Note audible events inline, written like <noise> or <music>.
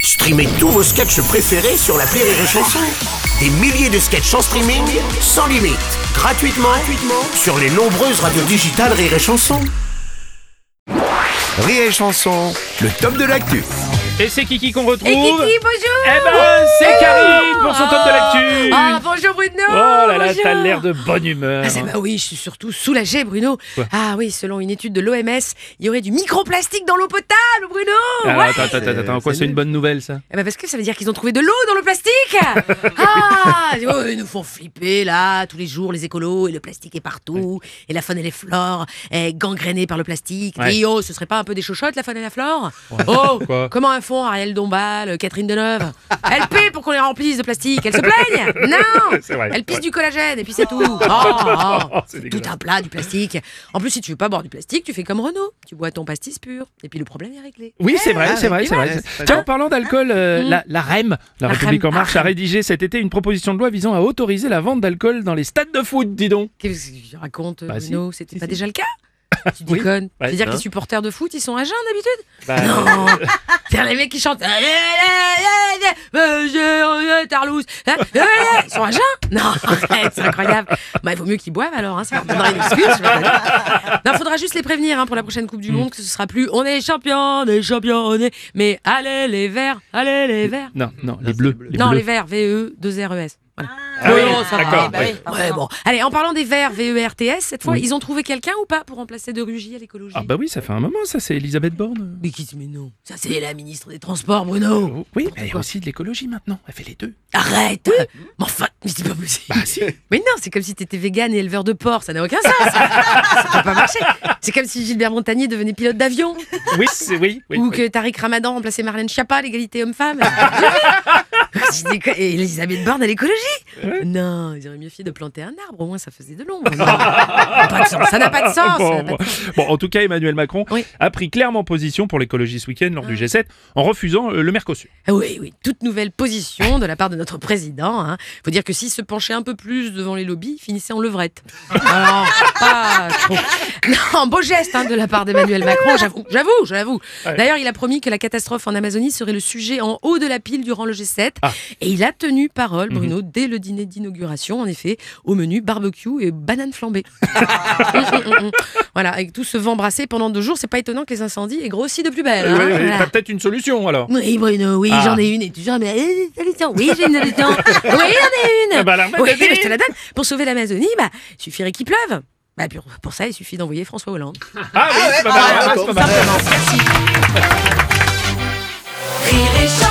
Streamez tous vos sketchs préférés sur la Rire et Chanson. Des milliers de sketchs en streaming, sans limite, gratuitement, gratuitement sur les nombreuses radios digitales Rire et Chanson. Rire et chanson, le top de l'actu. Et c'est Kiki qu'on retrouve Et Kiki, bonjour Eh ben, c'est Hello Karine pour son top de l'actu Ah, bonjour Bruno Oh là là, bonjour. t'as l'air de bonne humeur Ah, c'est- bah oui, je suis surtout soulagée, Bruno. Ah oui, selon une étude de l'OMS, il y aurait du microplastique dans l'eau potable, Bruno. Ah, Ouais. Attends, attends, attends, attends, quoi, c'est une bonne nouvelle ça Eh ben, parce que ça veut dire qu'ils ont trouvé de l'eau dans <laughs> le plastique. ah, oh, ils nous font flipper là tous les jours les écolos et le plastique est partout et la faune et les flores est gangrénée par le plastique. Ouais. Et oh, ce serait pas un peu des chochottes la faune et la flore Oh, <laughs> Quoi comment elles font Ariel Dombal, Catherine Deneuve Elles paient pour qu'on les remplisse de plastique. Elles <laughs> se plaignent Non. C'est vrai, Elles ouais. pissent du collagène et <laughs> puis c'est tout. Oh, oh, C'est c'est tout dégueulasse. un plat du plastique. En plus, si tu veux pas boire du plastique, tu fais comme Renaud. Tu bois ton pastis pur et puis le problème est réglé. Oui, c'est vrai, Ah, c'est vrai, oui, c'est oui, vrai. oui, c'est Tiens, en parlant d'alcool, euh, la, la REM, la Mm. La République REM, En <laughs> Marche, la a rédigé cet été une proposition de loi visant à autoriser la vente d'alcool dans les stades de foot, dis donc Qu'est-ce que tu racontes, Bah, si. Bruno C'était Si, pas si. déjà <laughs> le cas Tu Oui. déconnes. Ouais, C'est-à-dire que hein. les supporters de foot, ils sont à jeun d'habitude Bah, Non <laughs> C'est les mecs qui chantent. Tarlouse Hein Eh, Ils sont à jeun Non, <laughs> arrête, c'est incroyable. Bah, il vaut mieux qu'ils boivent alors, hein, ça leur donnera une excuse. je leur donne. Non, faudra juste les prévenir hein, pour la prochaine Coupe Mm. du Monde que ce sera plus on est champion, on est champion, on est. Mais allez les verts, allez les verts. non, non, Ah, les bleus, les non, bleus. les verts, E VE, 2RES. Voilà. Ah oui, Non, ça va. d'accord, Eh ben oui. oui, Ouais, bon. Allez, en parlant des verts, E VERTS, cette fois, Oui. ils ont trouvé quelqu'un ou pas pour remplacer de Rugy à l'écologie Ah bah oui, ça fait un moment ça, c'est Elisabeth Borne. Mais qui se met non Ça, c'est la ministre des Transports, Bruno Oh, Oui, mais elle est aussi de l'écologie maintenant, elle fait les deux. Arrête Mais enfin, mais c'est pas possible Bah si Mais non, c'est comme si t'étais vegan et éleveur de porc, ça n'a aucun sens Ça peut pas marcher C'est comme si Gilbert Montagnier devenait pilote d'avion, Oui, c'est oui, oui, ou oui. que Tariq Ramadan remplaçait Marlène Schiappa, l'égalité homme-femme <laughs> Je déconne. Et Elisabeth Borne à l'écologie Non, ils auraient mieux fait de planter un arbre, au moins ça faisait de l'ombre Non. Pas de sens, Ça n'a pas de sens, ça Bon, n'a pas de bon. Bon, en tout cas, Emmanuel Macron Oui. Mm. a pris clairement position pour l'écologie ce week-end lors du G7 en refusant euh, le Mercosur. Ah Oui, oui, toute nouvelle position de la part de notre président. hein. Faut dire que s'il se penchait un peu plus devant les lobbies, il finissait en levrette. Alors, pas trop. Non, beau geste hein, de la part d'Emmanuel Macron, j'avoue, j'avoue, je l'avoue. Ouais. D'ailleurs, il a promis que la catastrophe en Amazonie serait le sujet en haut de la pile durant le G7. Et il a tenu parole, Bruno, dès le dîner d'inauguration, en effet, au menu barbecue et banane flambée. <laughs> Mm, mm, mm. voilà, avec tout ce vent brassé pendant deux jours, c'est pas étonnant que les incendies aient grossi de plus belle. hein. Euh, ouais, ouais, Voilà. T'as peut-être une solution alors Oui, Bruno, oui, Ah. j'en ai une. Et tu dis, mais euh, solution. oui, j'ai une solution. oui, j'en ai Ah une. bah, la reine oui, a dit. mais je te la donne. Pour sauver l'Amazonie, bah, il suffirait qu'il pleuve. Bah, pour, pour ça, il suffit d'envoyer François Hollande. Ah Ah oui, c'est pas mal, ah, c'est pas mal. d'accord. Rire et chanson.